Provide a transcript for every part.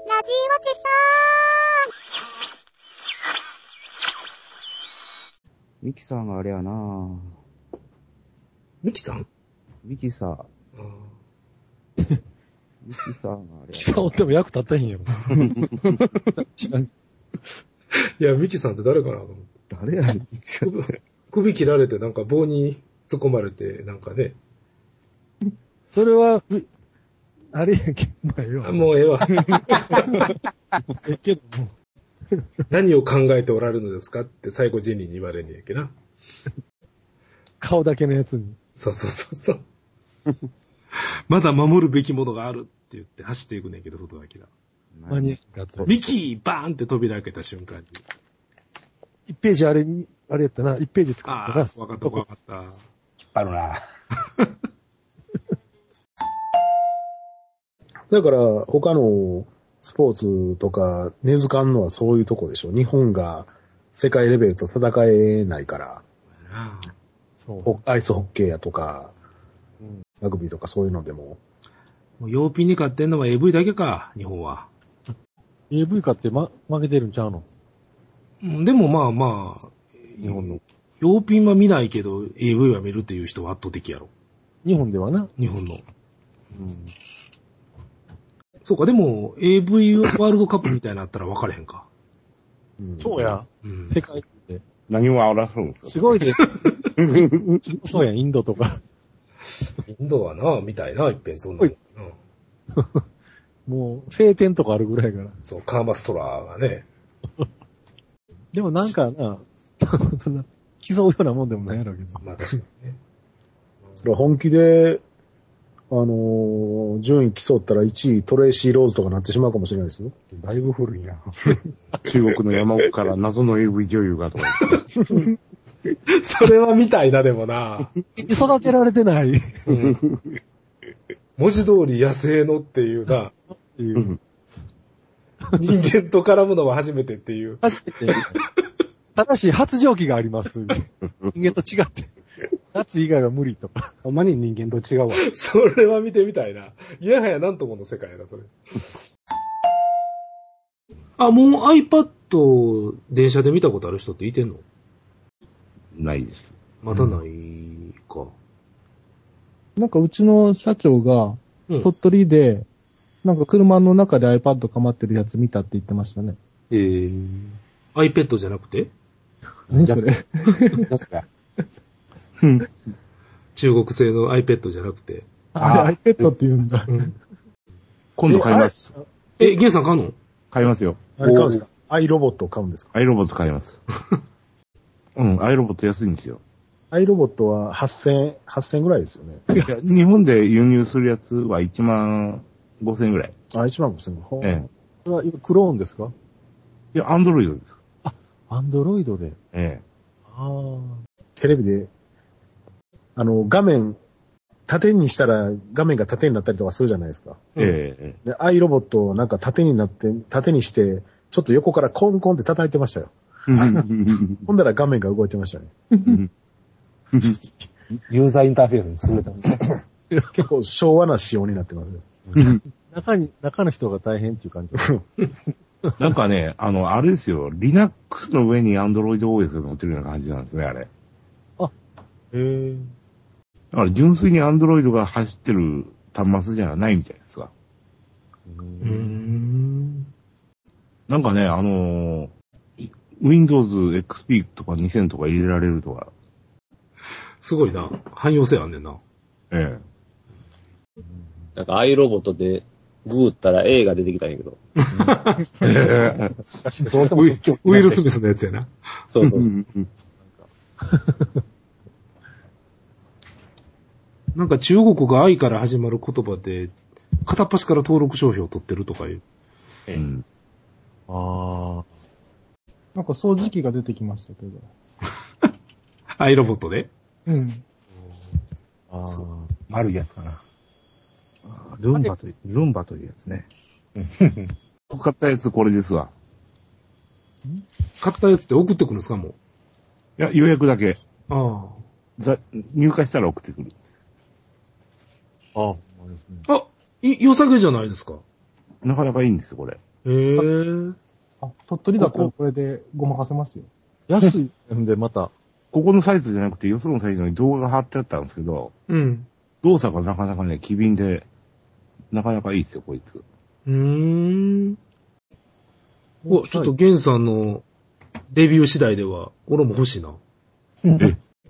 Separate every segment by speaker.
Speaker 1: ちそ
Speaker 2: ミキサーがあれやなぁ。
Speaker 3: ミキさ ん
Speaker 2: ミキサー。
Speaker 3: あー
Speaker 2: ミキサーが あれや
Speaker 4: キサおっても役立たへんや ろ。知らん
Speaker 3: いや、ミキさんって誰かなと思って。
Speaker 2: 誰やねん、ミキサー。
Speaker 3: 首首切られてなんか棒に突っ込まれて、なんかね。
Speaker 4: それは、ふあれやんけ、まあええ
Speaker 3: あ
Speaker 4: わ。
Speaker 3: もうええ わ。
Speaker 4: ええけども。
Speaker 3: 何を考えておられるのですかって最後ジェニーに言われんねやけな。
Speaker 4: 顔だけのやつに。
Speaker 3: そうそうそうそう。まだ守るべきものがあるって言って走っていくねんけど、フトアキラ。
Speaker 4: 間に合わなかった。
Speaker 3: ミキ、バーンって扉開けた瞬間に。
Speaker 4: 一ページあれ、あれやったな。一ページ作った
Speaker 3: あ
Speaker 4: な。
Speaker 3: あ、わかったわかった。
Speaker 5: あるな。
Speaker 6: だから、他のスポーツとか根付かんのはそういうとこでしょ。日本が世界レベルと戦えないから、
Speaker 3: ああ
Speaker 4: そう。
Speaker 6: ほアイスホッケーやとか、ラグビーとかそういうのでも、
Speaker 3: もう用品に買ってんのは AV だけか、日本は。
Speaker 4: AV 買って、ま、負けてるんちゃうの
Speaker 3: うんでもまあまあ、
Speaker 4: 日本の。
Speaker 3: 用品は見ないけど AV は見るっていう人は圧倒的やろ。
Speaker 4: 日本ではな。
Speaker 3: 日本の。
Speaker 2: うん。
Speaker 3: そうか、でも AV ワールドカップみたいになったら分かれへんか。
Speaker 6: うん。
Speaker 3: うん。
Speaker 4: 世界で。
Speaker 5: 何を争うんですか
Speaker 4: すごいで。 そうやん、インドとか。
Speaker 3: インドはな、みたいな、一遍そんな
Speaker 4: お
Speaker 3: の。
Speaker 4: い
Speaker 3: うん
Speaker 4: もう、晴天とかあるぐらいやから。
Speaker 3: そう、カーマストラーがね。
Speaker 4: でもなんか な、そんな、競うようなもんでもないやろうけど。
Speaker 3: まあ確かにね。
Speaker 6: それは本気で、あのー順位競ったら1位トレイシー・ローズとかなってしまうかもしれないですよ。
Speaker 5: だいぶ古いな。中国の山奥から謎の AV 女優がとか言って
Speaker 3: それはみたいな、でもな。
Speaker 4: 育てられてないっ
Speaker 3: 文字通り野生のっていう な、
Speaker 4: ていう。
Speaker 3: 人間と絡むのは初めてっていう。
Speaker 4: 初めて。ただし、発情期があります。人間と違って。夏以外は無理とか。
Speaker 7: ほんまに人間と違うわ。
Speaker 3: それは見てみたいな。いやはやなんともの世界やな、それ。 あ、もう iPad を電車で見たことある人っていてんの
Speaker 5: ないです。
Speaker 3: まだないか。
Speaker 8: なんかうちの社長が、
Speaker 3: うん。
Speaker 8: 鳥取で、なんか車の中で iPad かまってるやつ見たって言ってましたね。
Speaker 5: ええ。
Speaker 3: iPad じゃなくて
Speaker 8: 何それ
Speaker 5: 確か。
Speaker 3: 中国製の iPad じゃなくて。
Speaker 8: あれ iPad って言うんだ。
Speaker 5: 今度買います。
Speaker 3: え、ゲンさん買うの
Speaker 5: 買いますよ。
Speaker 6: あれ買うんですかアイロボットを買うんですか
Speaker 5: アイロボット買い ます。うん、アイロボット安いんですよ。
Speaker 6: アイロボットは8000、8000ぐらいですよね。
Speaker 5: いや日本で輸入するやつは1万5000円ぐらい。
Speaker 6: あ、1万5000ぐ
Speaker 5: え
Speaker 6: らい。
Speaker 5: え。
Speaker 4: これは今、クローンですか
Speaker 5: いや、アンドロイドです。
Speaker 4: アンドロイドで。
Speaker 5: え
Speaker 4: ああ。
Speaker 6: テレビで、あの、画面、縦にしたら画面が縦になったりとかするじゃないですか。
Speaker 5: え。ええ。
Speaker 6: で、アイロボットをなんか縦になって、縦にして、ちょっと横からコンコンって叩いてましたよ。 ほんだら画面が動いてましたね。
Speaker 7: ユーザーインターフェースに優れたんですね。
Speaker 6: 結構昭和な仕様になってますね。
Speaker 4: 中に、中の人が大変っていう感じ。
Speaker 5: なん かね、あの、あれですよ、Linux の上に AndroidOS が乗ってるような感じなんですね、あれ。
Speaker 4: へえ。
Speaker 5: だから純粋に Android が走ってる端末じゃないみたいですわ。
Speaker 3: うん。
Speaker 5: なんかね、あのー Windows XP とか2000とか入れられるとか、
Speaker 3: すごいな。汎用性あんねんな。
Speaker 5: え
Speaker 9: なんか、アイロボットで、グーったら A が出てきたんやけ ど。
Speaker 5: え。え
Speaker 7: どうしても
Speaker 3: ウィ
Speaker 7: 結局
Speaker 3: ウィル・スミスのやつやな。
Speaker 9: そうそうそう。
Speaker 5: え。
Speaker 3: なんか中国が愛から始まる言葉で、片っ端から登録商標を取ってるとかいう。
Speaker 5: うん
Speaker 4: ああ。
Speaker 8: なんか掃除機が出てきましたけど。
Speaker 3: アイロボットで
Speaker 8: うん。
Speaker 4: ああ。
Speaker 7: 丸いやつかな。
Speaker 2: ルンバという、ルンバというやつね。
Speaker 5: 買ったやつこれですわ。
Speaker 3: 買ったやつって送ってくるんですか、も
Speaker 5: いや、予約だけ。
Speaker 3: う。あ
Speaker 5: ざ入荷したら送ってくる。
Speaker 4: ああ、ほんまですね。
Speaker 3: あ。あ、い、良さげじゃないですか。
Speaker 5: なかなかいいんですよ、これ。
Speaker 3: へえ。
Speaker 8: あ、鳥取だったらこれでごまかせますよ。
Speaker 4: 安い。んで、また。
Speaker 5: ここのサイズじゃなくて、よそのサイズに動画が貼ってあったんですけど、
Speaker 3: うん。
Speaker 5: 動作がなかなかね、機敏で、なかなかいいですよ、こいつ。
Speaker 3: うーん。お、ちょっとゲンさんのレビュー次第では、俺も欲しいな。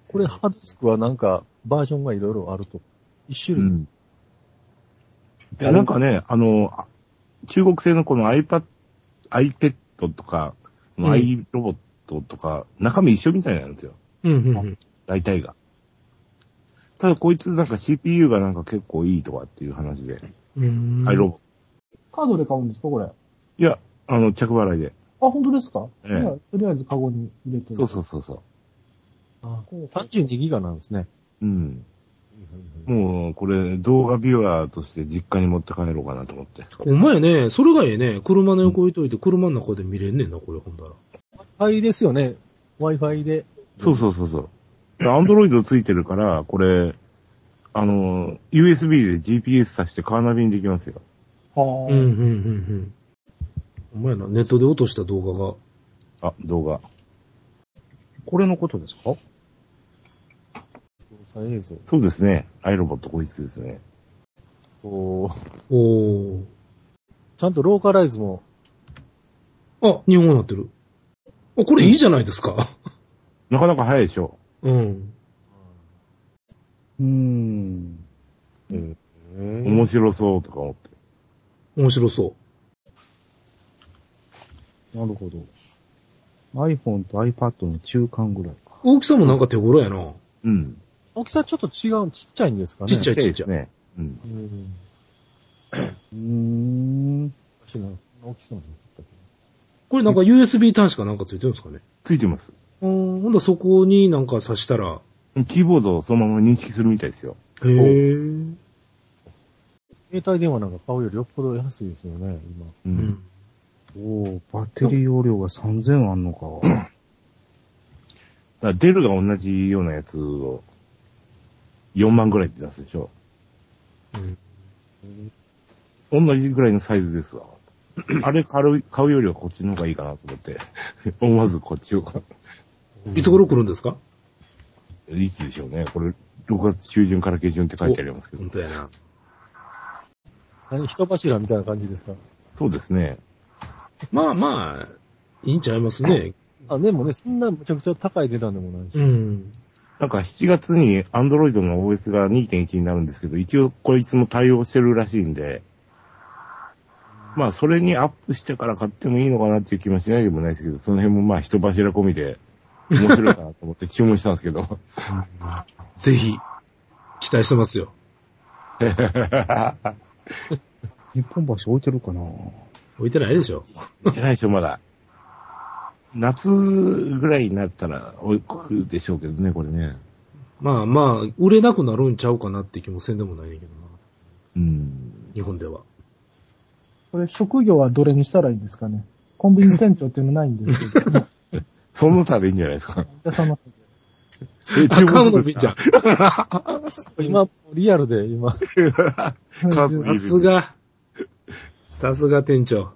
Speaker 4: これ、ハードディスクはなんか、バージョンがいろいろあると。一種
Speaker 5: う
Speaker 4: 類。
Speaker 5: ん。いや、なんかね、あの、あ中国製のこの iPad、iPad とか、
Speaker 3: ん
Speaker 5: i ロボットとか、中身一緒みたいなんですよ。
Speaker 3: うんうんうん。
Speaker 5: 大体が。ただこいつなんか CPU がなんか結構いいとかっていう話で、
Speaker 3: うーん
Speaker 5: i ロボット。
Speaker 8: カードで買うんですかこれ。あ、
Speaker 5: いや、あの、着払いで。
Speaker 8: 本当ですか
Speaker 5: え
Speaker 8: じゃあとりあえずカゴに入れて。
Speaker 5: そうそうそうそう。
Speaker 4: 32ギガなんですね。
Speaker 5: うん。もう、これ、動画ビュアーとして実家に持って帰ろうかなと思って。
Speaker 3: お前ね、それがええね。車の横置いといて、車の中で見れんねんな、これ、ほんだら。
Speaker 4: Wi-Fi ですよね。Wi-Fi で。
Speaker 5: そうそうそうそう。アンドロイドついてるから、これ、あの、USB で GPS さしてカーナビにできますよ。
Speaker 3: うん、うん、うん、うん。お前な、ネットで落とした動画が。
Speaker 5: あ、動画。これのことですか
Speaker 4: 動作映像
Speaker 5: そうですね。アイロボットこいつですね。
Speaker 4: と、
Speaker 3: おー。
Speaker 4: ちゃんとローカライズも、
Speaker 3: あ、日本語になってる。あ、これいいじゃないですか。
Speaker 5: なかなか早いでしょ。
Speaker 3: うん。
Speaker 2: うーん。
Speaker 5: 面白そうとか思って。
Speaker 3: 面白そ
Speaker 2: なるほど。iPhone と iPad の中間ぐらいか。
Speaker 3: う。大きさもなんか手頃やな。
Speaker 5: うん。
Speaker 4: 大きさちょっと違う、ちっちゃいんですかね。
Speaker 3: ちっちゃい
Speaker 5: 早
Speaker 3: ち
Speaker 5: い
Speaker 3: っ
Speaker 5: で
Speaker 3: ちゃ
Speaker 5: す
Speaker 3: い。
Speaker 5: ね。うん。
Speaker 4: うん。
Speaker 2: うーん。
Speaker 4: おかしいな大きさもなかったけ
Speaker 3: これなんか USB 端子かなんかついてるんですかね。
Speaker 5: ついてます。
Speaker 3: うん、ほんだらそこになんか刺したら、
Speaker 5: キーボードをそのまま認識するみたいですよ。
Speaker 3: へぇ
Speaker 4: ど携帯電話なんか買うよりよっぽど安いですよね、今。
Speaker 5: う。
Speaker 3: うんん。
Speaker 2: おーバッテリー容量が3000あんのか。
Speaker 5: だからデルが同じようなやつを、4万ぐらいって出すでしょ。同じぐらいのサイズですわ。あれ買う買うよりはこっちの方がいいかなと思って、思わずこっちを。
Speaker 3: いつ頃来るんですか
Speaker 5: いつでしょうね。これ、6月中旬から下旬って書いてありますけど
Speaker 3: 本。当やな。
Speaker 4: 何人柱みたいな感じですか
Speaker 5: そうですね。
Speaker 3: まあまあ、いいんちゃいますね。
Speaker 4: あ、でもね、そんなむちゃくちゃ高い値段でもないし。
Speaker 3: うん。
Speaker 5: なんか7月に Android の OS が2.1になるんですけど、一応これいつも対応してるらしいんで、まあそれにアップしてから買ってもいいのかなっていう気もしないでもないですけど、その辺もまあ人柱込みで面白いかなと思って注文したんですけど。
Speaker 3: ぜひ、期待してますよ。
Speaker 2: 日本橋置いてるかな。
Speaker 3: 置いてないでしょ。
Speaker 5: じゃないでしょ、まだ。夏ぐらいになったら追い込むでしょうけどね、これね。
Speaker 3: まあまあ、売れなくなるんちゃうかなって気もせんでもないねんけどな。
Speaker 5: うん。
Speaker 3: 日本では。
Speaker 8: これ職業はどれにしたらいいんですかねコンビニ店長っていうのないんです けど、
Speaker 5: その他でいいんじゃないですか。
Speaker 8: でその
Speaker 5: え、注
Speaker 3: あかんの
Speaker 5: 文する
Speaker 3: ピ
Speaker 5: ん
Speaker 3: ッ
Speaker 5: です
Speaker 3: チ
Speaker 5: か
Speaker 3: ャ
Speaker 4: 今、リアルで、今。
Speaker 5: カード
Speaker 3: ー。さすが。さすが店長。